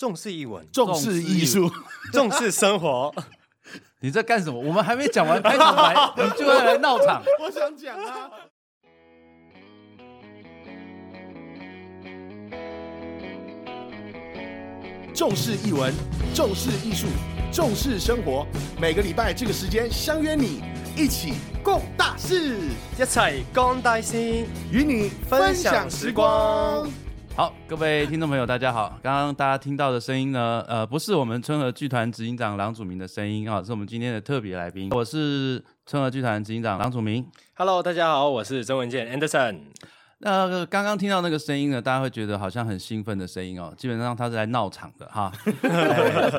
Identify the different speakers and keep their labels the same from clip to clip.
Speaker 1: 重视译文，
Speaker 2: 重视艺术，
Speaker 1: 重视生 活。
Speaker 3: 你在干什么？我们还没讲 完，开始来，你就要来闹场。
Speaker 2: 我想讲啊，重视译文，重视艺术，重视生活。每个礼拜这个时间相约你一起共大事，
Speaker 1: 一齐讲大事，
Speaker 2: 与你分享时光。
Speaker 3: 好，各位听众朋友，大家好。刚刚大家听到的声音呢，呃，不是我们春和剧团执行长郎祖明的声音啊，是我们今天的特别来宾。我是春和剧团执行长郎祖明。
Speaker 1: Hello，大家好，我是曾文健 Anderson。
Speaker 3: 那、呃、刚刚听到那个声音呢，大家会觉得好像很兴奋的声音哦，基本上他是来闹场的哈。 哎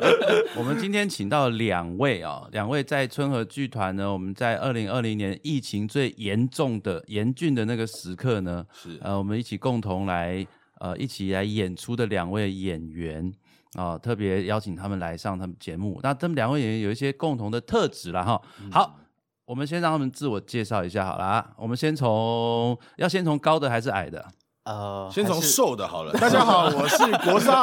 Speaker 3: 我们今天请到两位哦，两位在春和剧团呢，我们在二零二零年疫情最严重的、严峻的那个时刻呢，
Speaker 2: 是
Speaker 3: 呃，我们一起共同来呃一起来演出的两位演员啊、特别邀请他们来上他们节目。那他们两位演员有一些共同的特质啦哈。好，我们先让他们自我介绍一下好啦。我们先从要先从高的还是矮的？
Speaker 4: 呃，
Speaker 2: 先从
Speaker 4: 还是
Speaker 2: 瘦的好了。大家好，我是国少。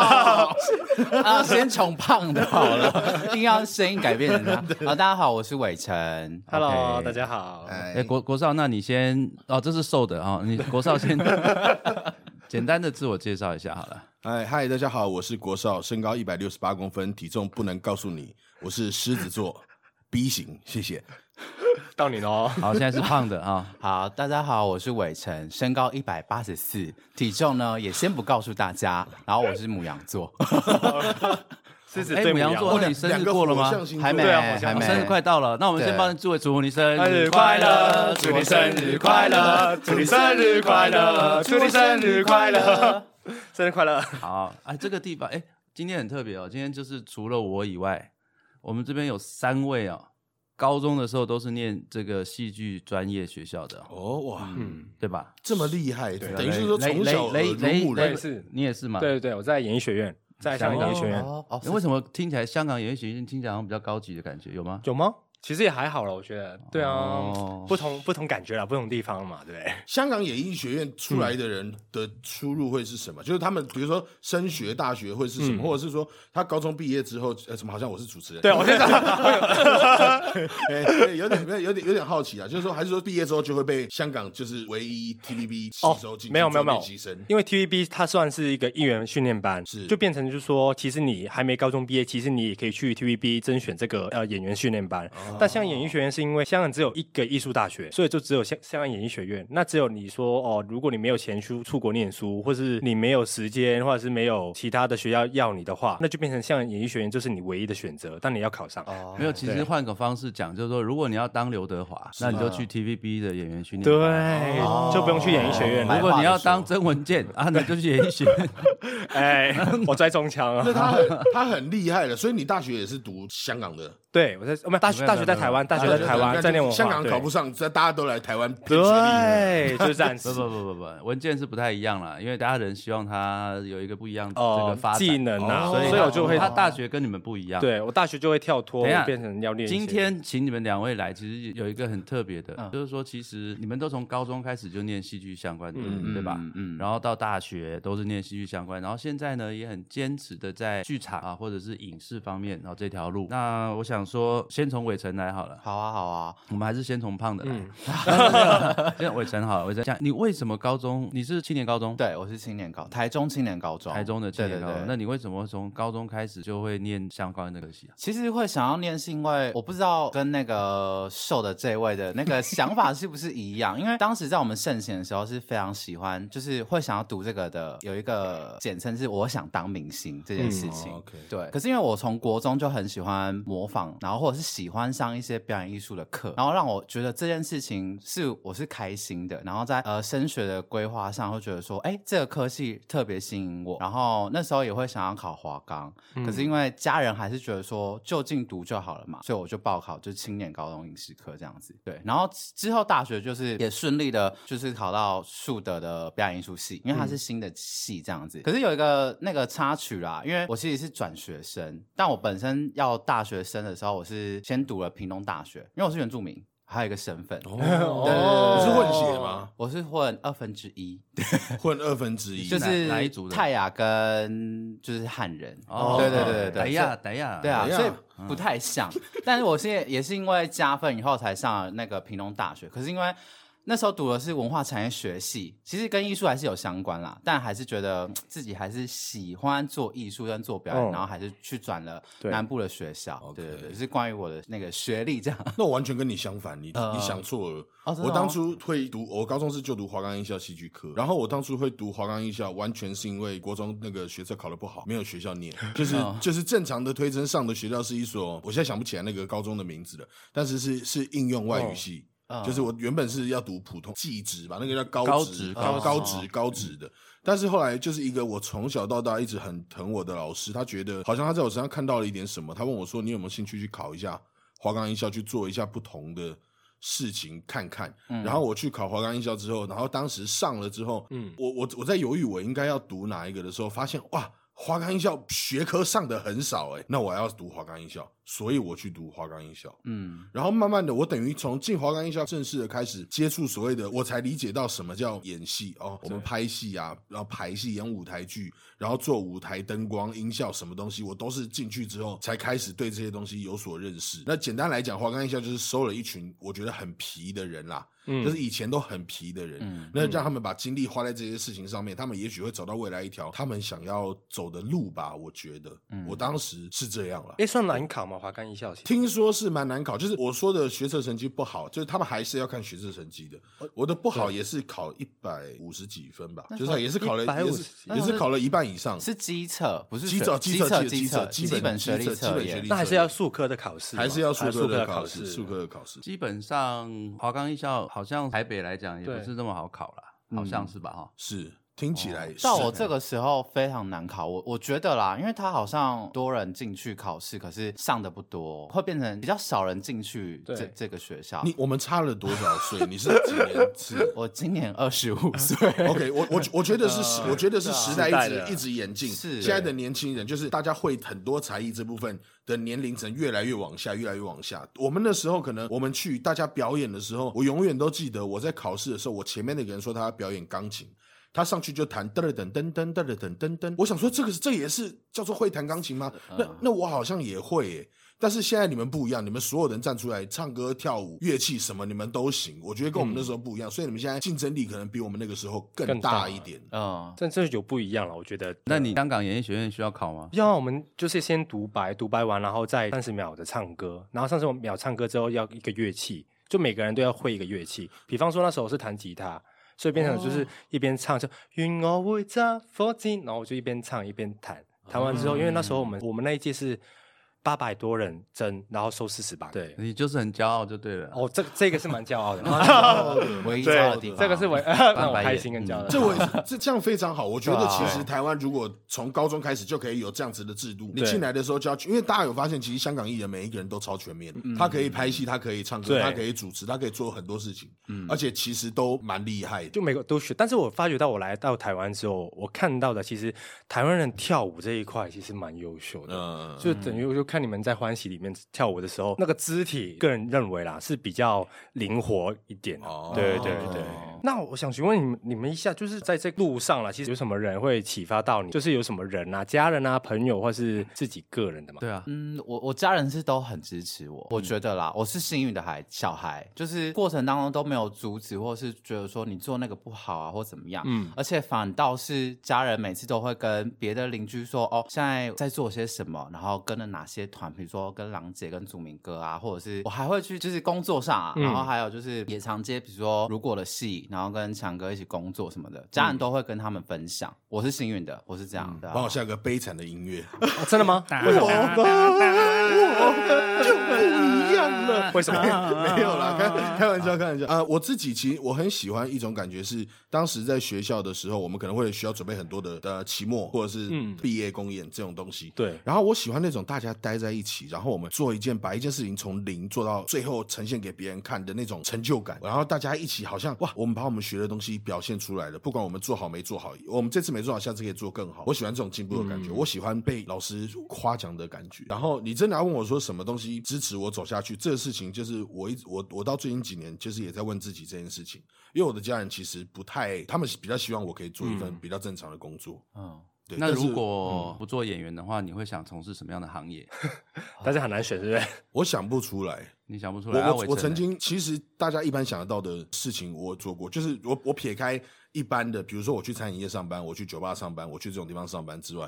Speaker 4: 啊，先从胖的 好了，硬要声音改变人家。啊，大家好，我是伟成。
Speaker 1: Hello，
Speaker 3: OK
Speaker 1: 大家好。
Speaker 3: 哎、
Speaker 2: 哎，
Speaker 3: 国国少，那你先哦，这是瘦的哦，你国 少先简单的自我介绍一下好了。
Speaker 2: 哎，嗨，大家好，我是国少，身高一百六十八公分，体重不能告诉你，我是狮子座 B 型，谢谢。
Speaker 1: 到你哦喽。
Speaker 3: 好，现在是胖 的啊、
Speaker 4: 好，大家好，我是伟成，身高一百八十四，体重呢也先不告诉大家。然后我是母羊座，
Speaker 1: 狮子
Speaker 3: 哎
Speaker 1: 对
Speaker 3: 母羊座
Speaker 1: 哦
Speaker 3: 那你生日过了
Speaker 2: 两
Speaker 3: 吗
Speaker 2: 个火象星座
Speaker 4: 还没，
Speaker 1: 对啊好像
Speaker 4: 还
Speaker 3: 哦
Speaker 4: 没，
Speaker 3: 生日快到了，那我们先
Speaker 4: 对
Speaker 3: 帮你祝祝你生
Speaker 1: 生日
Speaker 3: 日
Speaker 1: 快
Speaker 3: 快
Speaker 1: 乐
Speaker 3: 乐，，
Speaker 1: 祝你生日快乐，祝你生日快乐，祝你生日快乐，生日快乐。
Speaker 3: 好，哎，这个地方，哎，今天很特别哦。今天就是除了我以外，我们这边有三位哦，高中的时候都是念这个戏剧专业学校的哦，
Speaker 2: 哦哇，
Speaker 1: 嗯，
Speaker 3: 对吧？
Speaker 2: 这么厉害，等于
Speaker 3: 雷
Speaker 2: 是说
Speaker 3: 雷
Speaker 2: 从小耳
Speaker 3: 雷
Speaker 2: 濡
Speaker 3: 雷
Speaker 2: 目
Speaker 1: 我
Speaker 3: 雷
Speaker 1: 也
Speaker 2: 染。
Speaker 1: 是，
Speaker 3: 你也是吗？
Speaker 1: 对对对，我在演艺学院，在香港演艺学院，
Speaker 4: 哦哦
Speaker 3: 哎。为什么听起来香港演艺学院听起来好像比较高级的感觉，有吗？
Speaker 1: 有吗？其实也还好了，我觉得。对啊
Speaker 3: 哦，
Speaker 1: 不同不同感觉啦，不同地方嘛，对不对？
Speaker 2: 香港演艺学院出来的人的出入会是什么？就是他们比如说升学大学会是什么，或者是说他高中毕业之后，呃，怎么好像我是主持人？
Speaker 1: 对，我啊现 在
Speaker 2: 哎，对有点有点有点有点好奇啊，就是说还是说毕业之后就会被香港就是唯一 TVB 吸收进去
Speaker 1: 没有没有
Speaker 2: 做
Speaker 1: 没有
Speaker 2: 练习生，
Speaker 1: 因为 TVB 它算是一个艺员训练班，
Speaker 2: 是
Speaker 1: 就变成就是说，其实你还没高中毕业，其实你也可以去 TVB 甄选这个呃演员训练班。
Speaker 3: 哦
Speaker 1: 但像演艺学院是因为香港只有一个艺术大学，所以就只有香香港演艺学院。那只有你说哦，如果你没有钱去出国念书，或是你没有时间，或者是没有其他的学校要你的话，那就变成像演艺学院就是你唯一的选择，但你要考上。
Speaker 3: 没有，其实
Speaker 1: 对啊
Speaker 3: 换个方式讲，就是说，如果你要当刘德华，那你就去 TVB 的演员训练
Speaker 1: 对
Speaker 3: 班。，
Speaker 1: 就不用去演艺学院
Speaker 3: 如
Speaker 1: 了。
Speaker 3: 果你要当曾文健啊，那就去演艺学院。
Speaker 1: 哎，我在中枪 啊
Speaker 2: 那！他很他很厉害了，所以你大学也是读香港的，
Speaker 1: 对，我在哦没有大学，
Speaker 3: 没有
Speaker 1: 大学在
Speaker 3: 没有
Speaker 1: 台湾，大学在台湾，在念文化。
Speaker 2: 香港
Speaker 1: 啊对
Speaker 2: 考不上，大家都来台湾拼学历
Speaker 1: 对，
Speaker 2: 了。
Speaker 1: 就是这样
Speaker 3: 不
Speaker 1: 子。
Speaker 3: 不不不不，文件是不太一样啦，因为大家人希望他有一个不一样的这个
Speaker 1: 哦
Speaker 3: 发，展，
Speaker 1: 技能啊，
Speaker 2: 哦
Speaker 1: 所以
Speaker 3: 他
Speaker 1: 我就会，
Speaker 3: 他大学跟你们不一样。，
Speaker 1: 对我大学就会跳脱，
Speaker 3: 等一下
Speaker 1: 变成要练一些。
Speaker 3: 今天请你们两位来，其实有一个很特别的，就是说，其实你们都从高中开始就念戏剧相关的，对吧？
Speaker 4: 嗯
Speaker 3: 然后到大学都是念戏剧相关，然后现在呢也很坚持的在剧场啊或者是影视方面，然后这条路。那我想说，先从伟成来好了，
Speaker 4: 好啊，好啊，
Speaker 3: 我们还是先从胖的来
Speaker 1: 嗯。
Speaker 4: 嗯
Speaker 3: 先伟成好了，伟成讲你为什么高中你是青年高中？
Speaker 4: 对，我是青年高，台中青年高中，
Speaker 3: 台中的青年高中，
Speaker 4: 对对对
Speaker 3: 那你为什么从高中开始就会念相关的科系啊？
Speaker 4: 其实会想要念，是因为我不知道跟那个瘦的这位的那个想法是不是一样。因为当时在我们盛行的时候是非常喜欢，就是会想要读这个的，有一个简称是“我想当明星”这件事情。
Speaker 2: 嗯哦，OK
Speaker 4: 对，可是因为我从国中就很喜欢模仿，然后或者是喜欢上一些表演艺术的课，然后让我觉得这件事情是我是开心的。然后在呃升学的规划上，会觉得说，哎，这个科系特别吸引我。然后那时候也会想要考华冈，
Speaker 3: 嗯
Speaker 4: 可是因为家人还是觉得说就近读就好了嘛，所以我就报考就青年高中影视科这样子。对，然后之之后大学就是也顺利的，就是考到树德的表演艺术系，因为它
Speaker 3: 嗯
Speaker 4: 是新的系这样子。可是有一个那个插曲啦，因为我其实是转学生，但我本身要大学生的时候，我是先读了屏东大学，因为我是原住民。还有一个身份。
Speaker 2: 哦，你是混血吗？
Speaker 4: 我是混二分之一，
Speaker 2: 混二分之一
Speaker 4: 就，是
Speaker 3: 哪一族的
Speaker 4: 泰雅跟就是汉人。
Speaker 3: 哦
Speaker 4: 对对对对对，
Speaker 3: 等一
Speaker 4: 所以
Speaker 3: 下，等一下，
Speaker 4: 对啊，
Speaker 2: 哎呀
Speaker 4: 所以不太像。但是我现在也是因为加分以后才上了那个屏东大学，可是因为那时候读的是文化产业学系，其实跟艺术还是有相关啦，但还是觉得嗯自己还是喜欢做艺术跟做表
Speaker 2: 哦
Speaker 4: 演，
Speaker 1: 嗯
Speaker 4: 然后还是去转了
Speaker 1: 对
Speaker 4: 南部的学校。对对对，是关于我的那个学历这样。
Speaker 2: 那我完全跟你相反，你
Speaker 4: 呃
Speaker 2: 你想错了。
Speaker 4: 哦真的吗
Speaker 2: 我当初会读，我高中是就读华冈艺校戏剧科，然后我当初会读华冈艺校，完全是因为国中那个学测考得不好，没有学校 念，就是
Speaker 4: 哦
Speaker 2: 就是正常的推甄上的学校是一所，我现在想不起来那个高中的名字了，但是是是应用外语系。
Speaker 4: 嗯
Speaker 2: 就是我原本是要读普通技职吧，那个叫高
Speaker 3: 高
Speaker 2: 职
Speaker 3: 职
Speaker 2: 高
Speaker 4: 高
Speaker 2: 高
Speaker 4: 职
Speaker 2: 职高职的，但是后来就是一个我从小到大一直很疼我的老师，他觉得好像他在我身上看到了一点什么，他问我说：“你有没有兴趣去考一下华冈艺校，去做一下不同的事情看看？”然后我去考华冈艺校之后，然后当时上了之后，
Speaker 1: 嗯
Speaker 2: 嗯，我我我在犹豫我应该要读哪一个的时候，发现哇。华冈艺校学科上的很少哎、那我要读华冈艺校，所以我去读华冈艺校。
Speaker 4: 嗯，
Speaker 2: 然后慢慢的，我等于从进华冈艺校正式的开始接触所谓的，我才理解到什么叫演戏哦，我们拍戏啊，然后排戏、演舞台剧，然后做舞台灯光、音效什么东西，我都是进去之后才开始对这些东西有所认识。那简单来讲，华冈艺校就是收了一群我觉得很皮的人啦，
Speaker 1: 嗯
Speaker 2: 就是以前都很皮的人，
Speaker 4: 嗯
Speaker 2: 那让他们把精力花在这些事情上面，他们也许会走到未来一条他们想要走的路吧。我觉得，
Speaker 4: 嗯
Speaker 2: 我当时是这样了。
Speaker 1: 哎，算难考吗？华冈艺校其实
Speaker 2: 听说是蛮难考，就是我说的学测成绩不好，就是他们还是要看学测成绩的。我的不好也是考一百五十几分吧，就是也是考了，
Speaker 1: 150
Speaker 2: 也是
Speaker 1: 那
Speaker 2: 也是考了一半以上。
Speaker 4: 是基测，不是
Speaker 2: 基
Speaker 4: 学
Speaker 2: 测
Speaker 4: 基
Speaker 2: 基测
Speaker 4: 基
Speaker 2: 基
Speaker 4: 测
Speaker 2: 测
Speaker 4: 基
Speaker 2: 基本
Speaker 4: 学
Speaker 2: 基
Speaker 4: 历
Speaker 2: 测基
Speaker 4: 测
Speaker 2: 本
Speaker 4: 验
Speaker 2: 学历
Speaker 1: 那还是要术科的考试吗，
Speaker 2: 还是要数
Speaker 1: 数
Speaker 2: 科
Speaker 1: 的
Speaker 2: 的考
Speaker 1: 试，
Speaker 2: 试，数科的考试。
Speaker 3: 基本上华冈艺校好像台北来讲也不
Speaker 1: 对
Speaker 3: 是那么好考啦，好
Speaker 4: 嗯
Speaker 3: 像是吧？哈，
Speaker 2: 是听起来是
Speaker 4: 到我这个时候非常难考，我我觉得啦，因为他好像多人进去考试，可是上的不多，会变成比较少人进去
Speaker 1: 对
Speaker 4: 这这个学校。
Speaker 2: 你我们差了多少岁？你是几年次
Speaker 4: 我今年二十
Speaker 1: 啊
Speaker 4: 五岁，
Speaker 2: ？OK，我我我觉得是时，我觉得是时
Speaker 1: 呃
Speaker 2: 代
Speaker 1: 时代
Speaker 2: 一
Speaker 1: 的
Speaker 2: 直一直演进，
Speaker 4: 是
Speaker 2: 现在的年轻人就是大家会很多才艺这部分的年龄层越来越往下，越来越往下。我们那时候可能我们去大家表演的时候，我永远都记得我在考试的时候，我前面那个人说他要表演钢琴。他上去就弹噔噔噔噔噔噔噔噔，我想说这个是这也是叫做会弹钢琴吗？那那我好像也会耶。但是现在你们不一样，你们所有人站出来唱歌、跳舞、乐器什么，你们都行。我觉得跟我们那时候不一样，所以你们现在竞争力可能比我们那个时候
Speaker 1: 更
Speaker 2: 更
Speaker 1: 大
Speaker 2: 大一点。
Speaker 4: 嗯，
Speaker 1: 但这有不一样了，我觉得。
Speaker 3: 那你香港演艺学院需要考吗？
Speaker 1: 要我们就是先独白，独白完，然后再三十秒的唱歌，然后三十秒唱歌之后要一个乐器，就每个人都要会一个乐器。比方说那时候我是弹吉他，所以变成就是一边唱就“云我会扎佛经”，然后我就一边唱一边弹。弹完之后，因为那时候我们我们那一届是八百多人争，然后收四十八。对，
Speaker 3: 你就是很骄傲就对了。
Speaker 1: 哦，这这个是蛮骄傲的，
Speaker 4: 唯 一骄傲的地
Speaker 1: 对，哦
Speaker 4: 方，
Speaker 1: 这个是我让我开心跟骄傲的地
Speaker 2: 这
Speaker 1: 方。
Speaker 2: 我也是 这这样非常好，我觉得
Speaker 4: 对啊
Speaker 2: 其实台湾如果从高中开始就可以有这样子的制度，你
Speaker 1: 对
Speaker 2: 进来的时候就要去，因为大家有发现，其实香港艺人每一个人都超全面，他可以拍戏，他可以唱歌，
Speaker 1: 对
Speaker 2: 他可以主持，他可以做很多事情，而且其实都蛮厉害的。
Speaker 1: 就每个都学，但是我发觉到我来到台湾之后，我看到的其实台湾人跳舞这一块其实蛮优秀的，
Speaker 2: 嗯，
Speaker 1: 就等于我就看你们在欢喜里面跳舞的时候，那个肢体，个人认为啦是比较灵活一点的。
Speaker 2: 哦
Speaker 1: 对对对。那我想询问你们，你们一下就是在这路上啦，其实有什么人会启发到你？就是有什么人啊，家人啊、朋友或是自己个人的嘛？
Speaker 3: 对啊，
Speaker 4: 嗯，我我家人是都很支持我，
Speaker 1: 嗯
Speaker 4: 我觉得啦，我是幸运的孩小孩，就是过程当中都没有阻止，或是觉得说你做那个不好啊，或怎么样，嗯，而且反倒是家人每次都会跟别的邻居说，哦，现在在做些什么，然后跟了哪些团，比如说跟郎姐、跟祖明哥啊，或者是我还会去就是工作上啊，然后还有就是也常接，比如说如果的戏，然后跟强哥一起工作什么的，家人都会跟他们分享，我是幸运的，我是这样的、啊
Speaker 2: 帮我下个悲惨的音乐，
Speaker 1: 啊真的 吗？为什么？
Speaker 2: 哦不一样了。
Speaker 1: 为什么？
Speaker 2: 没有啦，
Speaker 1: 啊
Speaker 2: 开开玩笑，开玩笑啊！我自己其实我很喜欢一种感觉是，当时在学校的时候，我们可能会需要准备很多的呃期末或者是
Speaker 1: 嗯
Speaker 2: 毕业公演这种东西。
Speaker 1: 对
Speaker 2: 然后我喜欢那种大家待在一起，然后我们做一件，把一件事情从零做到最后呈现给别人看的那种成就感。然后大家一起好像哇，我们把把我们学的东西表现出来了，不管我们做好没做好，我们这次没做好，下次可以做更好。我喜欢这种进步的感
Speaker 3: 嗯
Speaker 2: 觉，我喜欢被老师夸奖的感觉。然后你真的要问我说什么东西支持我走下去，这个事情就是我一直我我到最近几年就是也在问自己这件事情，因为我的家人其实不太，他们比较希望我可以做一份比较正常的工作。
Speaker 4: 嗯，
Speaker 2: 对，
Speaker 3: 嗯那
Speaker 2: 但是嗯
Speaker 3: 如果不做演员的话，你会想从事什么样的 行业？
Speaker 1: 但是很难选，对不对？
Speaker 2: 我想不出来，
Speaker 3: 你想不出来。
Speaker 2: 我
Speaker 3: 啊
Speaker 2: 我
Speaker 3: 伟
Speaker 2: 我
Speaker 3: 成
Speaker 2: 曾
Speaker 3: 呢
Speaker 2: 经其实大家一般想得到的事情，我做过，就是我我撇开一般的，比如说我去餐饮业上班，我去酒吧上班，我去这种地方上班之外，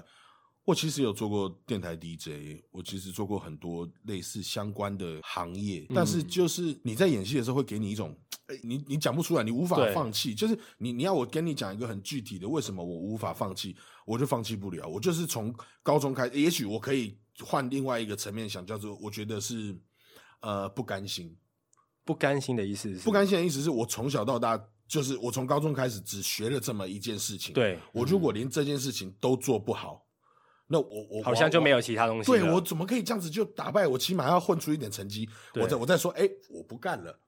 Speaker 2: 我其实有做过电台 DJ，我其实做过很多类似相关的行业，但
Speaker 1: 嗯
Speaker 2: 是就是你在演戏的时候会给你一种，哎你你讲不出来，你无法
Speaker 1: 对
Speaker 2: 放弃，就是你你要我跟你讲一个很具体的，为什么我无法放弃，我就放弃不了，我就是从高中开始，也许我可以换另外一个层面想，叫做我觉得是。呃，不甘心，
Speaker 1: 不甘心的意思是
Speaker 2: 不甘心的意思是我从小到大，就是我从高中开始只学了这么一件事情。，
Speaker 1: 对，嗯
Speaker 2: 我如果连这件事情都做不好，那我我
Speaker 1: 好像就没。有
Speaker 2: 我
Speaker 1: 其他东西了。
Speaker 2: 对我怎么可以这样子就打败我？起码要混出一点成绩。
Speaker 1: 对嗯
Speaker 2: 我再我再说，哎、我不干了，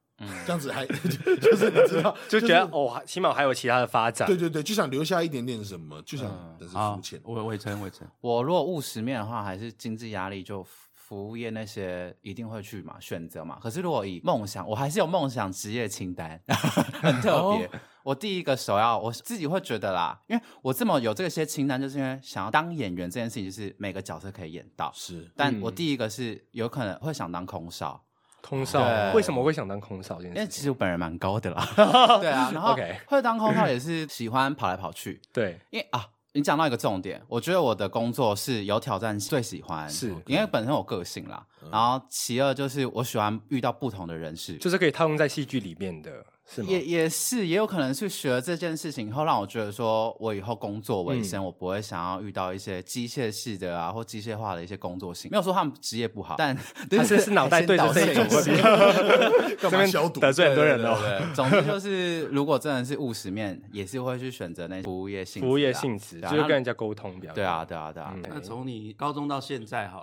Speaker 2: 这样子还 就是你知道，
Speaker 1: 就觉得、
Speaker 2: 是
Speaker 1: 哦，还起码我还有其他的发展。
Speaker 2: 对对对，就想留下一点点什么，就想
Speaker 4: 嗯
Speaker 2: 但是
Speaker 3: 好
Speaker 2: 肤浅。
Speaker 3: 伟伟成伟成，
Speaker 4: 我如果务实面的话，还是经济压力就服服务业那些一定会去嘛，选择嘛。可是如果以梦想，我还是有梦想职业清单，很特别。我第一个首要，我自己会觉得啦，因为我这么有这些清单，就是因为想要当演员这件事情，就是每个角色可以演到。
Speaker 2: 是
Speaker 4: 但我第一个是有可能会想当空少，
Speaker 1: 空少
Speaker 4: 对哎
Speaker 1: 为什么会想当空少这
Speaker 4: 因为
Speaker 1: 件事
Speaker 4: 其
Speaker 1: 情？
Speaker 4: 实我本人蛮高的啦。嗯对啊， 然后
Speaker 1: OK
Speaker 4: 会当 空少也是喜欢跑来跑去，
Speaker 1: 对，
Speaker 4: 因为啊，你讲到一个重点，我觉得我的工作是有挑战性，最喜欢
Speaker 1: 是嗯
Speaker 4: 因为本身有个性啦。然后其二就是我喜欢遇到不同的人士，
Speaker 1: 就是可以套用在戏剧里面的，是吗？
Speaker 4: 也也是也有可能是学了这件事情以后，让我觉得说我以后工作为
Speaker 1: 嗯
Speaker 4: 生，我不会想要遇到一些机械式的啊或机械化的一些工作性。没有说他们职业不好，但
Speaker 1: 他是是脑袋 对着 这一组会比较，这
Speaker 2: 嘛
Speaker 1: 边
Speaker 2: 消毒
Speaker 1: 得罪很多人哦。
Speaker 4: 对，总之就是，如果真的是务实面，也是会去选择那服务业性质
Speaker 1: 服务业
Speaker 4: 啦
Speaker 1: 性质
Speaker 4: 对
Speaker 1: 就是
Speaker 4: 啊
Speaker 1: 跟
Speaker 4: 那
Speaker 1: 人家沟通比较。
Speaker 4: 对啊，对啊，对啊，
Speaker 1: 嗯
Speaker 4: 对
Speaker 3: 那从你高中到现在好了，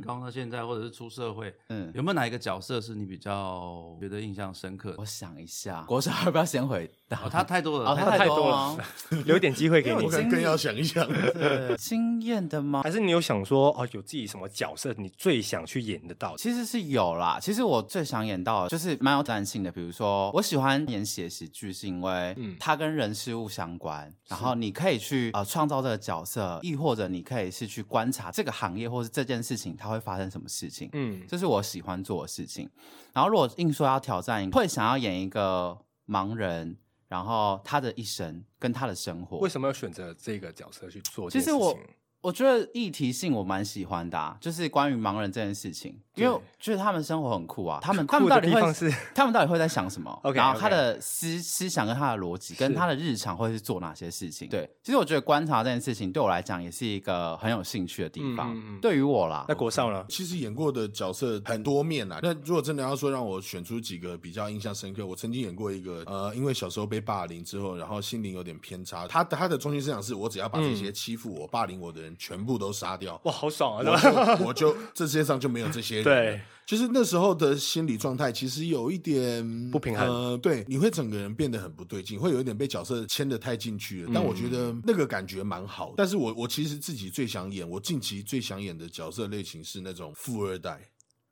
Speaker 4: 嗯
Speaker 3: 高中到现在或者是出社会，
Speaker 4: 嗯。
Speaker 3: 有没有哪一个角色是你比较觉得印象深刻的
Speaker 4: 我？想一下，国少要不要先回答？
Speaker 3: 哦，他太多了，
Speaker 4: 哦，他
Speaker 1: 太
Speaker 4: 太
Speaker 1: 多
Speaker 4: 多
Speaker 1: 了
Speaker 4: 了。
Speaker 1: 留点机会给你
Speaker 2: 我可。能更要想一想。
Speaker 4: 对经验的吗？
Speaker 1: 还是你有想说哦，有自己什么角色你最想去演得到？
Speaker 4: 其实是有啦。其实我最想演到的就是蛮有挑战性的，比如说我喜欢演写实剧，是因为它跟人事物相关，然后你可以去呃创造这个角色，亦或者你可以是去观察这个行业或是这件事情它会发生什么事情，
Speaker 1: 嗯，
Speaker 4: 这是我喜欢做的事情。然后如果硬说要挑战一个，会想要演一个盲人，然后他的一生跟他的生活，
Speaker 1: 为什么要选择这个角色去做这件
Speaker 4: 其
Speaker 1: 事
Speaker 4: 实
Speaker 1: 情？
Speaker 4: 我我觉得议题性我蛮喜欢的、啊，就是关于盲人这件事情，因为我觉得他们生活很酷啊，他们他
Speaker 1: 酷
Speaker 4: 们
Speaker 1: 的
Speaker 4: 到底
Speaker 1: 地方
Speaker 4: 会
Speaker 1: 是
Speaker 4: 他们到底会在想什么
Speaker 1: OK，
Speaker 4: 然后他
Speaker 1: OK
Speaker 4: 的思思想跟他的逻辑跟他的日常会是做哪些事情？对，其实我觉得观察这件事情对我来讲也是一个很有兴趣的地方，
Speaker 1: 嗯嗯嗯
Speaker 4: 对于啊我啦
Speaker 1: 那，国少呢？
Speaker 2: 其实演过的角色很多面啊啦。那如果真的要说让我选出几个比较印象深刻，我曾经演过一个呃，因为小时候被霸凌之后，然后心灵有点偏差。他他的中心思想是我只要把
Speaker 1: 嗯
Speaker 2: 这些欺负我、霸凌我的人全部都杀掉，
Speaker 1: 哇，好爽啊！对
Speaker 2: 我
Speaker 1: 吧？
Speaker 2: 就我就这世界上就没有这些人。
Speaker 1: 对，
Speaker 2: 就是那时候的心理状态，其实有一点
Speaker 1: 不平衡
Speaker 2: 呃，对，你会整个人变得很不对劲，会有一点被角色牵得太进去了。但我觉
Speaker 1: 嗯
Speaker 2: 得那个感觉蛮好的。但是我我其实自己最想演，我近期最想演的角色类型是那种富二代，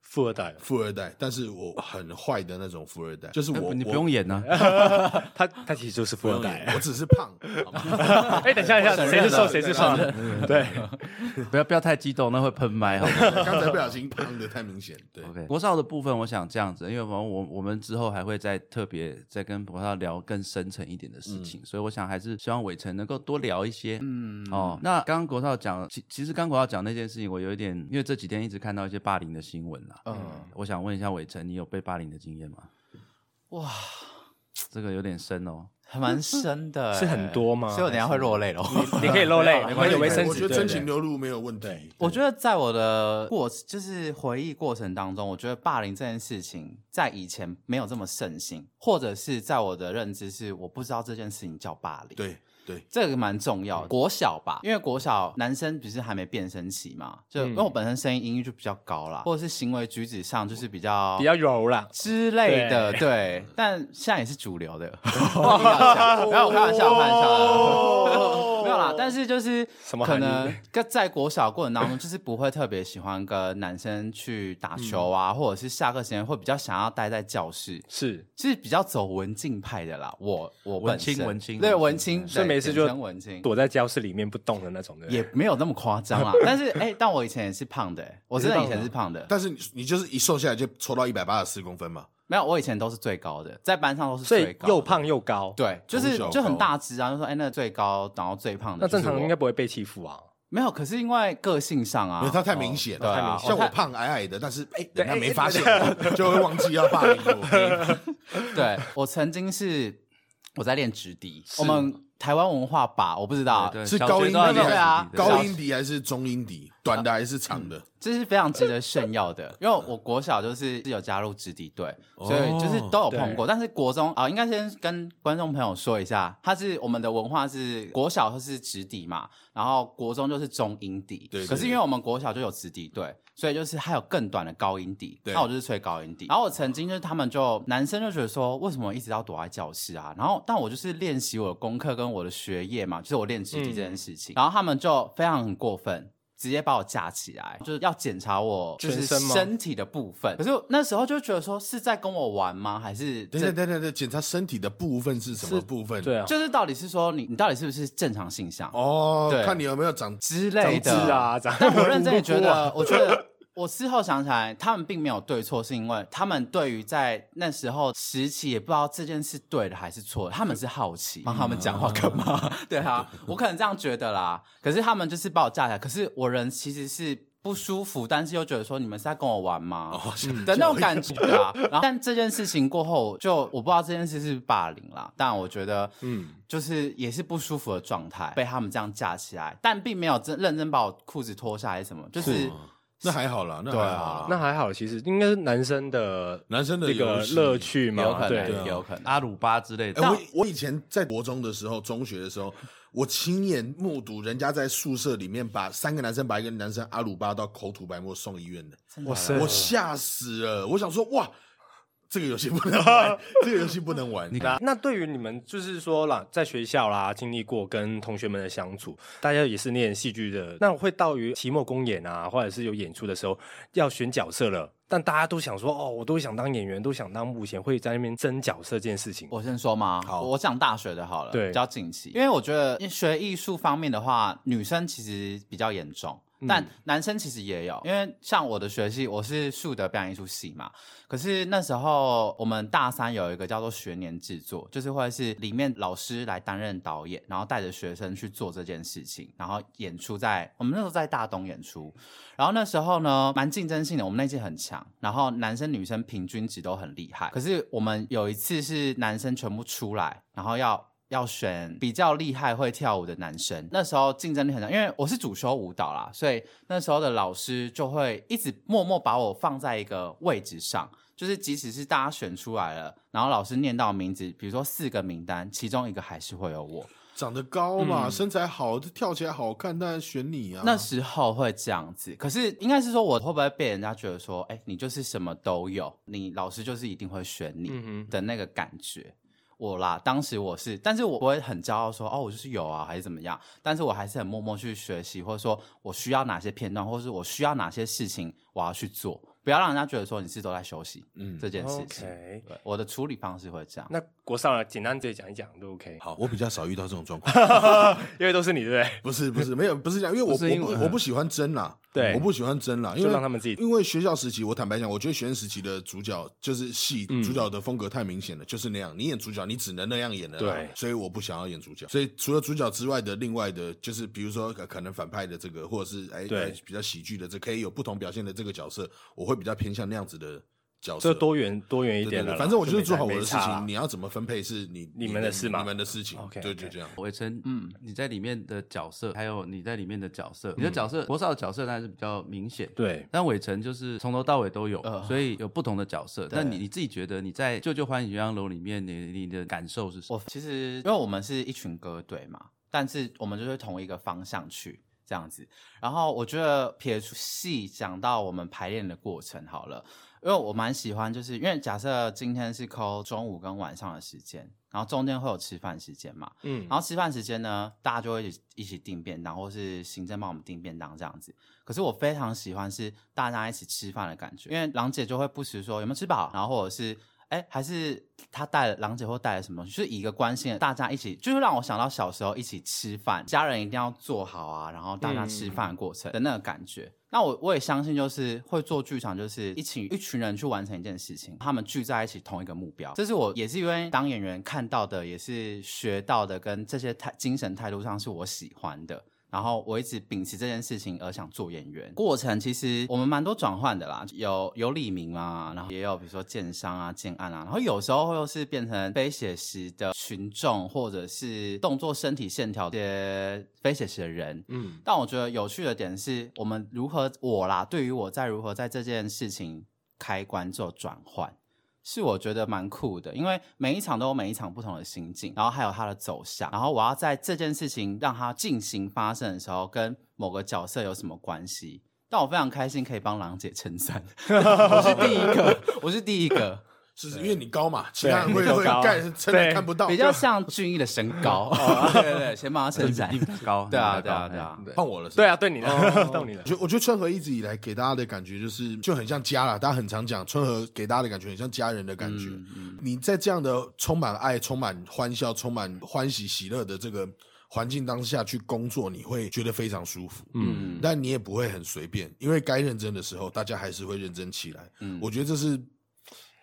Speaker 1: 富二代，
Speaker 2: 富二代，但是我很坏的那种富二代，就是我、
Speaker 3: 哎你不
Speaker 2: 我
Speaker 3: 用 演呢、
Speaker 1: 他他其实就是
Speaker 2: 不
Speaker 1: 富二
Speaker 2: 用
Speaker 1: 代
Speaker 2: 演，。我只是 胖。好吗
Speaker 1: 哎，等一下，等一下，谁是瘦谁是胖？对，
Speaker 3: 不要不要太激动，那会喷麦好吗
Speaker 2: 刚才不小心胖的太明显，对。
Speaker 3: ？OK，国少的部分我想这样子，因为我我我们之后还会再特别再跟国少聊更深层一点的事
Speaker 4: 嗯
Speaker 3: 情，所以我想还是希望伟成能够多聊一些。嗯，哦，那刚刚国少讲，其其实刚国少讲那件事情，我有一点，因为这几天一直看到一些霸凌的新闻啦。
Speaker 4: 嗯、
Speaker 3: 我想问一下伟成，你有被霸凌的经验吗？
Speaker 4: 哇，
Speaker 3: 这个有点深哦。
Speaker 4: 还蛮深的欸、
Speaker 1: 是很多吗
Speaker 4: 所以我等一下会落泪咯。
Speaker 1: 你可以露泪，
Speaker 2: 没
Speaker 1: 没关
Speaker 2: 关系
Speaker 1: 系，卫生纸。
Speaker 2: 我觉得
Speaker 1: 对
Speaker 2: 真
Speaker 1: 对
Speaker 2: 情流露没有问题。
Speaker 4: 我觉得在我的过就是回忆过程当中，我觉得霸凌这件事情在以前没有这么盛行，或者是在我的认知是我不知道这件事情叫霸凌。
Speaker 2: 对，对，
Speaker 4: 这个蛮重要的。国小吧，因为国小男生不是还没变声期嘛，就、因为我本身声音音域就比较高啦，或者是行为举止上就是比较
Speaker 1: 比较柔啦。
Speaker 4: 之类的，对。但现在也是主流的， 没有开玩笑，开玩笑啊 的，没有啦。但是就是
Speaker 1: 什么含
Speaker 4: 可
Speaker 1: 义
Speaker 4: 能跟在国小过程当中， 就是不会特别喜欢跟男生去打球啊，
Speaker 1: 嗯
Speaker 4: 或者是下课时间会比较想要待在教室。
Speaker 1: 是，
Speaker 4: 是比较走文静派的啦，我我
Speaker 3: 文
Speaker 4: 本身
Speaker 3: 青文青
Speaker 4: 对
Speaker 3: 文
Speaker 4: 文
Speaker 3: 青
Speaker 4: 青，
Speaker 1: 所以
Speaker 4: 对
Speaker 1: 每次
Speaker 4: 简
Speaker 1: 就
Speaker 4: 称文青，
Speaker 1: 躲在教室里面不动的那种的，
Speaker 4: 也没有那么夸张啦。但是哎、但我以前也是胖的、欸，我真的以前是胖的，
Speaker 2: 但是你你就是一瘦下来就抽到一百八十四公分嘛，
Speaker 4: 没有，我以前都是最高的，在班上都是
Speaker 1: 所
Speaker 4: 最
Speaker 1: 以
Speaker 4: 高的
Speaker 1: 又胖又高。，
Speaker 4: 对，就
Speaker 2: 从
Speaker 4: 是
Speaker 2: 小
Speaker 4: 就很
Speaker 2: 高
Speaker 4: 大只啊，就说哎、那最高，然后最胖
Speaker 1: 那
Speaker 4: 的就是我。
Speaker 1: 正常应该不会被欺负啊。
Speaker 4: 没有，可是因为个性上啊
Speaker 2: 因为，它太明显
Speaker 4: 对
Speaker 2: 了。
Speaker 4: 啊，哦
Speaker 2: 像我
Speaker 4: 太
Speaker 2: 胖矮矮的，但是哎，人家
Speaker 1: 哎
Speaker 2: 没
Speaker 1: 哎
Speaker 2: 发现，就会忘记要霸凌我。
Speaker 4: 对我曾经是我在练直笛，我们台湾文化吧，我不知道，
Speaker 3: 对
Speaker 2: 是
Speaker 3: 小
Speaker 2: 高
Speaker 3: 学
Speaker 2: 音
Speaker 3: 都要
Speaker 2: 低
Speaker 3: 练
Speaker 4: 对啊
Speaker 3: 习的
Speaker 2: 高音笛还是中音笛？短的还是长的？
Speaker 4: 这是非常值得炫耀的，因为我国小就是有加入直笛队，
Speaker 2: 哦
Speaker 4: 所以就是都有碰过。但是国中啊、应该先跟观众朋友说一下，它是我们的文化是国小就是直笛嘛，然后国中就是中音笛。
Speaker 2: 对对
Speaker 4: 可是因为我们国小就有直笛队，所以就是还有更短的高音笛。
Speaker 2: 对
Speaker 4: 那我就是吹高音笛。然后我曾经就是他们就男生就觉得说，为什么一直要躲在教室啊？然后但我就是练习我的功课跟我的学业嘛，就是我练直笛这件事嗯情。然后他们就非常很过分。直接把我架起来，就是要检查我就
Speaker 1: 全
Speaker 4: 是
Speaker 1: 身吗
Speaker 4: 身体的部分。可是我那时候就觉得说是在跟我玩吗？还是
Speaker 2: 等
Speaker 4: 这
Speaker 2: 等等等等，检查身体的部分是什么部分？
Speaker 1: 对啊，
Speaker 4: 就是到底是说你你到底是不是正常性向
Speaker 2: 哦
Speaker 4: 对，
Speaker 2: 看你有没有长
Speaker 4: 之类
Speaker 1: 是
Speaker 4: 的？
Speaker 1: 啊，长
Speaker 4: 但我认真也觉
Speaker 1: 哭啊
Speaker 4: 得， 我觉得我事后想起来，他们并没有对错，是因为他们对于在那时候时期也不知道这件事对的还是错的，他们是好奇，帮他们讲话干嘛？嗯 对啊，我可能这样觉得啦。可是他们就是把我架起来，可是我人其实是。不舒服，但是又觉得说你们是在跟我玩吗？
Speaker 2: 嗯
Speaker 4: 的那种感觉啊。然后，但这件事情过后，就我不知道这件事是不是霸凌啦，但我觉得，嗯，就是也是不舒服的状态，被他们这样架起来，但并没有真认真把我裤子脱下来什么，就是
Speaker 2: 哦那还好啦，那
Speaker 4: 对
Speaker 2: 还
Speaker 4: 啊
Speaker 2: 好啦。
Speaker 1: 那还好，其实应该是男生的
Speaker 2: 男生的
Speaker 1: 这个
Speaker 2: 游戏
Speaker 1: 乐趣
Speaker 4: 有
Speaker 1: 嘛，
Speaker 4: 可
Speaker 1: 对
Speaker 4: 能，，也有可能。
Speaker 3: 阿鲁巴之类的
Speaker 2: 哎、。我我以前在国中的时候，中学的时候，我亲眼目睹人家在宿舍里面把三个男生把一个男生阿鲁巴到口吐白沫送医院的，
Speaker 1: 哇塞
Speaker 2: 我吓死了！我想说，哇，这个游戏不能玩，这个游戏不能玩。
Speaker 1: 那啊那对于你们就是说啦，在学校啦经历过跟同学们的相处，大家也是念戏剧的，那会到于期末公演啊，或者是有演出的时候要选角色了，但大家都想说哦，我都想当演员，都想当幕前，会在那边争角色这件事情。
Speaker 4: 我先说吗？
Speaker 2: 好
Speaker 4: 我讲大学的好了，
Speaker 1: 对
Speaker 4: 比较近期，因为我觉得学艺术方面的话，女生其实比较严重。但男生其实也有，因为像我的学系，我是树德表演艺术系嘛。可是那时候我们大三有一个叫做学年制作，就是会是里面老师来担任导演，然后带着学生去做这件事情，然后演出在我们那时候在大东演出，然后那时候呢，蛮竞争性的，我们那届很强，然后男生女生平均值都很厉害。可是我们有一次是男生全部出来，然后要。要选比较厉害会跳舞的男生，那时候竞争力很强，因为我是主修舞蹈啦，所以那时候的老师就会一直默默把我放在一个位置上，就是即使是大家选出来了，然后老师念到名字，比如说四个名单，其中一个还是会有我，
Speaker 2: 长得高嘛，身材好，跳起来好看，当然选你啊。
Speaker 1: 嗯
Speaker 4: 那时候会这样子，可是应该是说我会不会被人家觉得说，哎、你就是什么都有，你老师就是一定会选你
Speaker 1: 嗯
Speaker 4: 的那个感觉。我啦，当时我是，但是我不会很骄傲说，哦，我就是有啊，还是怎么样，但是我还是很默默去学习，或者说我需要哪些片段，或者是我需要哪些事情我要去做，不要让人家觉得说你是都在休息，嗯，这件
Speaker 1: 哼
Speaker 4: 事情。
Speaker 1: ，OK。
Speaker 4: 对，我的处理方式会这样。
Speaker 1: 那国少呢？简单直接讲一讲都 OK，
Speaker 2: 好，我比较少遇到这种状况。
Speaker 1: 因为都是你对不对？
Speaker 2: 不是不是，没有不是这样，因为我
Speaker 3: 不是因为
Speaker 2: 我不我不喜欢争啦，
Speaker 1: 对
Speaker 2: 我不喜欢争啦，因
Speaker 1: 就
Speaker 2: 为
Speaker 1: 让他们自己
Speaker 2: 因为学校时期，我坦白讲，我觉得学生时期的主角就是戏、
Speaker 1: 嗯
Speaker 2: 主角的风格太明显了，就是那样，你演主角你只能那样演的啦，
Speaker 1: 对
Speaker 2: 所以我不想要演主角，所以除了主角之外的另外的，就是比如说呃可能反派的这个，或者是哎
Speaker 1: 对
Speaker 2: 哎比较喜剧的这可以有不同表现的这个角色，我会比较偏向那样子的角色。
Speaker 1: 这多元多元一
Speaker 2: 对
Speaker 1: 点
Speaker 2: 对
Speaker 1: 的
Speaker 2: 对，
Speaker 1: 啦，
Speaker 2: 反正我就是
Speaker 1: 没
Speaker 2: 做好我
Speaker 1: 没
Speaker 2: 的事
Speaker 1: 差啦
Speaker 2: 情，你要怎么分配是你
Speaker 1: 你们的事嘛
Speaker 2: 你们的事情，
Speaker 1: OK，OK
Speaker 2: 对，就这样。
Speaker 3: 伟成，嗯
Speaker 4: 嗯，
Speaker 3: 你在里面的角色，还有你在里面的角色，
Speaker 4: 嗯
Speaker 3: 你的角色，国少的角色当然是比较明显，
Speaker 1: 对。
Speaker 3: 但伟成就是从头到尾都有，
Speaker 4: 呃
Speaker 3: 所以有不同的角色。
Speaker 4: 对
Speaker 3: 那你你自己觉得你在《舅舅欢喜鸳鸯楼》里面，你你的感受是什么？
Speaker 4: 我其实因为我们是一群歌队嘛，但是我们就是同一个方向去这样子。然后我觉得撇除戏讲到我们排练的过程好了，因为我蛮喜欢，就是因为假设今天是抠中午跟晚上的时间，然后中间会有吃饭时间嘛，
Speaker 1: 嗯，
Speaker 4: 然后吃饭时间呢，大家就会一起一起订便当，或是行政帮我们订便当这样子。可是我非常喜欢是大家一起吃饭的感觉，因为郎姐就会不时说有没有吃饱，然后或者是哎还是她带了郎姐或带了什么东西，就是以一个关心的大家一起，就是让我想到小时候一起吃饭，家人一定要做好啊，然后大家吃饭的过程的那个感觉。那我我也相信，就是会做剧场，就是一群一群人去完成一件事情，他们聚在一起同一个目标。这是我也是因为当演员看到的，也是学到的，跟这些态精神态度上是我喜欢的。然后我一直秉持这件事情而想做演员。过程其实我们蛮多转换的啦，有有李明啊，然后也有比如说建商啊、建案啊，然后有时候又是变成非写实的群众，或者是动作、身体线条这些非写实的人。
Speaker 1: 嗯，
Speaker 4: 但我觉得有趣的点是我们如何我啦，对于我在如何在这件事情开关做转换，是我觉得蛮酷的，因为每一场都有每一场不同的心境，然后还有它的走向，然后我要在这件事情让它进行发生的时候，跟某个角色有什么关系。但我非常开心可以帮郎姐撑伞，我是第一个，我是第一个，
Speaker 2: 是因为你高嘛，其他人会
Speaker 1: 你都
Speaker 2: 会
Speaker 1: 高啊
Speaker 2: 盖真的
Speaker 1: 对
Speaker 2: 看不
Speaker 3: 哦
Speaker 2: 到，
Speaker 4: 比较像俊逸的身高，对对对， 先帮他撑伞
Speaker 3: 你，比较 高，
Speaker 4: 对啊
Speaker 3: 你比
Speaker 4: 对
Speaker 3: 较高嗯
Speaker 4: 啊对。啊，
Speaker 2: 换我了。是吧
Speaker 1: 对啊，对你了， 到你了
Speaker 2: 我。觉得我觉得春和一直以来给大家的感觉就是就很像家啦，大家很常讲春和给大家的感觉很像家人的感觉。
Speaker 4: 嗯
Speaker 2: 你在这样的充满爱、充满欢笑、充满欢喜喜乐的这个环境当下去工作，你会觉得非常舒服。
Speaker 4: 嗯
Speaker 2: 但你也不会很随便，因为该认真的时候，大家还是会认真起来。
Speaker 4: 嗯
Speaker 2: 我觉得这是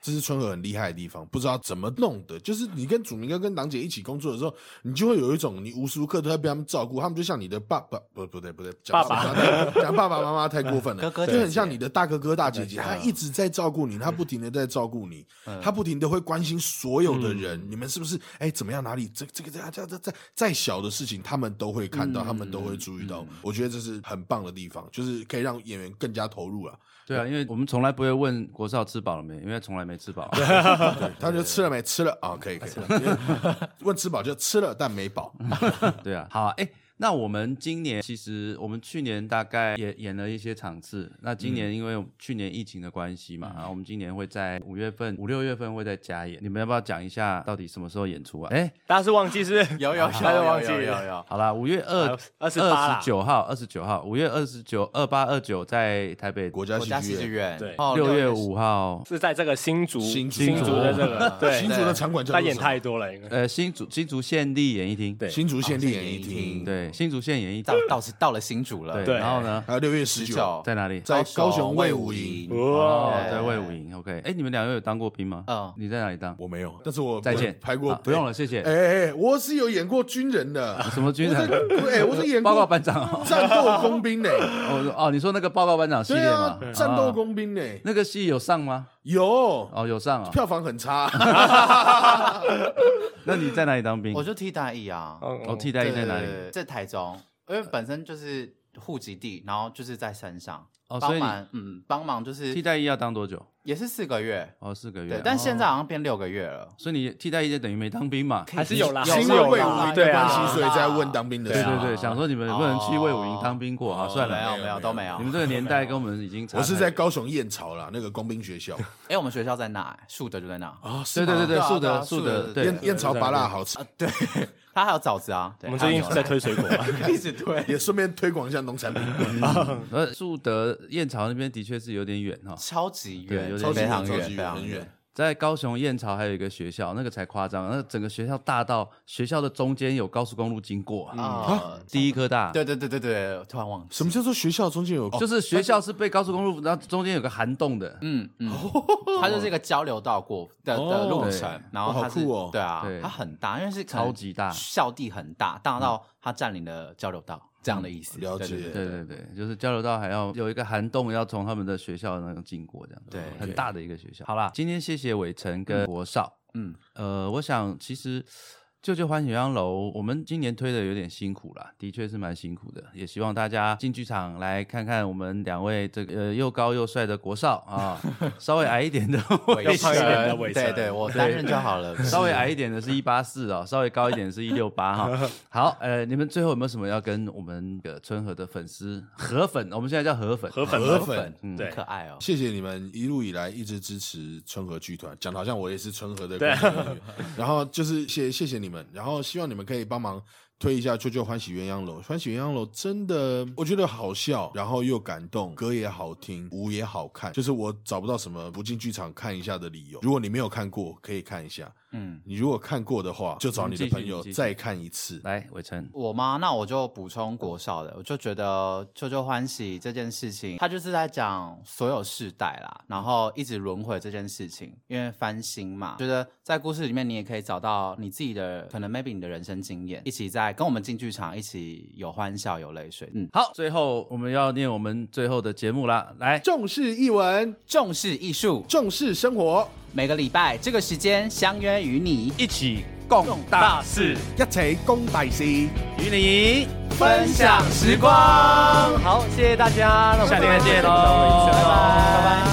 Speaker 2: 这是春和很厉害的地方，不知道怎么弄的。就是你跟祖明哥、跟郎姐一起工作的时候，你就会有一种你无时无刻都在被他们照顾，他们就像你的爸爸，不不对不对，讲
Speaker 1: 爸爸
Speaker 2: 爸妈讲爸爸妈妈太过分 了，
Speaker 4: 哥哥姐
Speaker 2: 就
Speaker 4: 姐
Speaker 2: 很像你的大哥嗯哥、大姐姐，
Speaker 4: 大
Speaker 2: 他
Speaker 4: 哥
Speaker 2: 一直在照顾你，他不停的在照顾你，
Speaker 4: 嗯
Speaker 2: 他不停的会关心所有的人，你们是不是哎怎么样哪里这这个这这这这再小的事情，他们都会看到，
Speaker 4: 嗯
Speaker 2: 他们都会注意到。我觉得这是很棒的地方，就是可以让演员更加投入了。
Speaker 3: 对啊，因为我们从来不会问国少吃饱了没，因为他从来没吃饱 啊。
Speaker 2: 对，他就吃了没？吃了啊，可以可以。 问吃饱就吃了，但没饱。
Speaker 3: 对啊，好啊，哎、那我们今年其实我们去年大概也演了一些场次，那
Speaker 4: 嗯
Speaker 3: 今年因为去年疫情的关系嘛，然后我们今年会在五月份、五六月份会在加演，你们要不要讲一下到底什么时候演出啊？哎、
Speaker 1: 大家是忘记是不是？
Speaker 4: 有有有
Speaker 1: 大家是忘
Speaker 4: 有
Speaker 1: 记
Speaker 4: 有有有，
Speaker 3: 好啦，五月二
Speaker 1: 二十八啦
Speaker 3: 十九号，二十九号，五月二十九、二八、二九在台北，
Speaker 2: 国家
Speaker 4: 国家
Speaker 2: 戏
Speaker 4: 戏剧
Speaker 2: 剧院，
Speaker 4: 院，
Speaker 1: 对
Speaker 4: 哦
Speaker 3: 嗯六月
Speaker 4: 十
Speaker 3: 五号，
Speaker 1: 是在这个新竹
Speaker 2: 新竹
Speaker 1: 新竹的这个对
Speaker 2: 新竹的场馆叫
Speaker 1: 他
Speaker 2: 做
Speaker 1: 演
Speaker 2: 什么
Speaker 1: 太多了，应该
Speaker 3: 呃，新竹新竹县立演艺厅，
Speaker 1: 对
Speaker 2: 新竹县立演艺
Speaker 4: 哦县立演艺
Speaker 2: 厅，
Speaker 4: 厅
Speaker 3: 对，新竹县演艺厅
Speaker 4: 到，到是到了新竹了，
Speaker 3: 对，
Speaker 1: 对
Speaker 3: 然后呢，
Speaker 2: 还有六月十九，
Speaker 4: 九
Speaker 3: 在哪里？
Speaker 2: 在高雄卫武营
Speaker 4: 嗯
Speaker 3: 哦，
Speaker 1: 哇，
Speaker 3: 在魏武营，OK，哎，你们两位有当过兵吗？
Speaker 4: 嗯
Speaker 3: 你在哪里当？
Speaker 2: 我没有，但是我
Speaker 3: 再见
Speaker 2: 拍过，
Speaker 3: 啊不用了，。谢谢。
Speaker 2: 哎哎，哎我是有演过军人的，
Speaker 3: 什么军人
Speaker 2: 我在哎，我是演
Speaker 3: 报告
Speaker 2: 过
Speaker 3: 班长 哦，
Speaker 2: 战斗工兵呢。
Speaker 3: 哦哦，你说那个报告班长系
Speaker 2: 对
Speaker 3: 列吗
Speaker 2: 啊？，战斗
Speaker 3: 啊
Speaker 2: 工兵呢，
Speaker 3: 那个戏有上吗？
Speaker 2: 有
Speaker 3: 哦，有上啊。
Speaker 2: 票房很差。
Speaker 3: 那你在哪里当兵？
Speaker 4: 我就替代役啊，
Speaker 3: 哦，替
Speaker 1: 代
Speaker 3: 代役在哪里
Speaker 4: 对？？对对在台中，因为本身就是户籍地，然后就是在山上，
Speaker 3: 哦所
Speaker 4: 帮
Speaker 3: 以你
Speaker 4: 忙，嗯，帮忙就
Speaker 3: 替
Speaker 4: 是
Speaker 3: 代役要当多久？
Speaker 4: 也是四个月，
Speaker 3: 哦，四个月
Speaker 4: 对，。但
Speaker 3: 哦
Speaker 4: 现在好像变六个月了，
Speaker 3: 所以你替代役就等于没当兵嘛？
Speaker 1: 还是有啦，
Speaker 4: 有
Speaker 1: 还
Speaker 2: 是
Speaker 1: 是
Speaker 2: 因为
Speaker 1: 有
Speaker 2: 魏武
Speaker 1: 啦，
Speaker 2: 营
Speaker 1: 对
Speaker 2: 的关
Speaker 1: 啊
Speaker 2: 系，，所以在问当兵的
Speaker 3: 对
Speaker 2: 事。
Speaker 3: 对对，想说你们不能去魏武营当兵过啊？
Speaker 4: 啊哦
Speaker 3: 算了，
Speaker 4: 没有
Speaker 2: 没有
Speaker 4: 没有都没有
Speaker 3: 你。们这个年代跟我们已经差太。
Speaker 2: 我是在高雄燕巢啦，那个工兵学校
Speaker 4: 哎，我们学校在哪？哎树德就在那，
Speaker 2: 啊，
Speaker 3: 哦对对对对，
Speaker 4: 对啊
Speaker 3: 素
Speaker 4: 对
Speaker 3: 的
Speaker 4: 啊
Speaker 3: 素
Speaker 4: 素的
Speaker 3: 的
Speaker 4: 对
Speaker 2: 燕燕巢拔辣
Speaker 3: 拉。
Speaker 2: 好吃，
Speaker 4: 它还有枣子啊，
Speaker 1: 我
Speaker 4: 对
Speaker 1: 们最近
Speaker 4: 还有
Speaker 1: 在推水果嘛，
Speaker 4: 一直推，
Speaker 2: 也顺便推广一下农 产品。
Speaker 3: 呃，素的燕巢那边的确是有点远哈，
Speaker 4: 超级
Speaker 3: 对有
Speaker 4: 远，
Speaker 3: 点
Speaker 2: 超级
Speaker 4: 非
Speaker 2: 远
Speaker 4: 常
Speaker 2: 超
Speaker 4: 远，
Speaker 2: 级
Speaker 4: 非
Speaker 2: 远，
Speaker 4: 常
Speaker 2: 很远。。
Speaker 3: 在高雄燕巢还有一个学校，那个才夸张，那整个学校大到学校的中间有高速公路经过啊，
Speaker 4: 啊，
Speaker 3: 第一科大。
Speaker 4: 对对对对对，突然忘记，
Speaker 2: 什么叫做学校中间有？
Speaker 3: 就
Speaker 2: 就是
Speaker 3: 学校是被高速公路，然后中间有个涵洞的，
Speaker 4: 嗯嗯，它就是一个交流道过的的
Speaker 2: 哦
Speaker 4: 路
Speaker 3: 对
Speaker 4: 程，然后
Speaker 2: 哇
Speaker 4: 它
Speaker 2: 好
Speaker 4: 是
Speaker 2: 酷哦
Speaker 4: 对啊
Speaker 3: 对，
Speaker 4: 它很大，因为是可能
Speaker 3: 超级大
Speaker 4: 校地很大，大到它占领了交流道这样的意思。
Speaker 2: 了
Speaker 4: 对对
Speaker 2: 解
Speaker 4: 对
Speaker 3: 对对对，就是交流道还要有一个涵洞，要从他们的学校那个经过，这样
Speaker 4: 对
Speaker 3: 很大的一个学校。好啦，今天谢谢伟成跟国少，
Speaker 4: 嗯，
Speaker 3: 呃，我想其实舅舅欢喜鸳鸯楼，我们今年推的有点辛苦啦，的确是蛮辛苦的，也希望大家进剧场来看看我们两位这个呃又高又帅的国少 啊，稍微矮一点的
Speaker 4: 尾
Speaker 3: 伟
Speaker 1: 胖一点的
Speaker 4: 声
Speaker 1: 尾
Speaker 4: 对
Speaker 1: 声
Speaker 4: 对，我担任就好了。
Speaker 3: 稍微矮一点的是一八四哦，稍微高一点是一六八哈。好，呃，你们最后有没有什么要跟我们的春和的粉丝河粉？我们现在叫河粉，
Speaker 1: 河粉
Speaker 2: 河
Speaker 1: 河
Speaker 2: 粉
Speaker 3: 嗯
Speaker 1: 对
Speaker 4: 可爱哦。
Speaker 2: 谢谢你们一路以来一直支持春和剧团，讲的好像我也是春和的
Speaker 1: 对
Speaker 2: 工作人员。然后就是谢谢谢你们，然后希望你们可以帮忙推一下《啾啾欢喜鸳鸯楼》。欢喜鸳鸯楼真的，我觉得好笑，然后又感动，歌也好听，舞也好看，就是我找不到什么不进剧场看一下的理由。如果你没有看过，可以看一下；
Speaker 4: 嗯，
Speaker 2: 你如果看过的话，就找你的朋友
Speaker 3: 嗯继续
Speaker 2: 再看一次。
Speaker 3: 来，伟成，
Speaker 4: 我吗？那我就补充国少的，我就觉得《舅舅欢喜》这件事情，它就是在讲所有世代啦，然后一直轮回这件事情，因为翻新嘛，觉得在故事里面你也可以找到你自己的，可能 maybe 你的人生经验，一起在跟我们进剧场，一起有欢笑有泪水。嗯，
Speaker 3: 好，最后我们要念我们最后的节目啦，来，
Speaker 2: 重视译文，
Speaker 4: 重视艺术，
Speaker 2: 重视生活，
Speaker 4: 每个礼拜这个时间相约与你
Speaker 3: 一起共大事，
Speaker 2: 一起攻大事。
Speaker 3: 与你
Speaker 4: 分享时光。好，谢谢大家，那我们
Speaker 3: 下礼拜见
Speaker 4: 拜
Speaker 3: 喽，
Speaker 4: 拜，拜拜。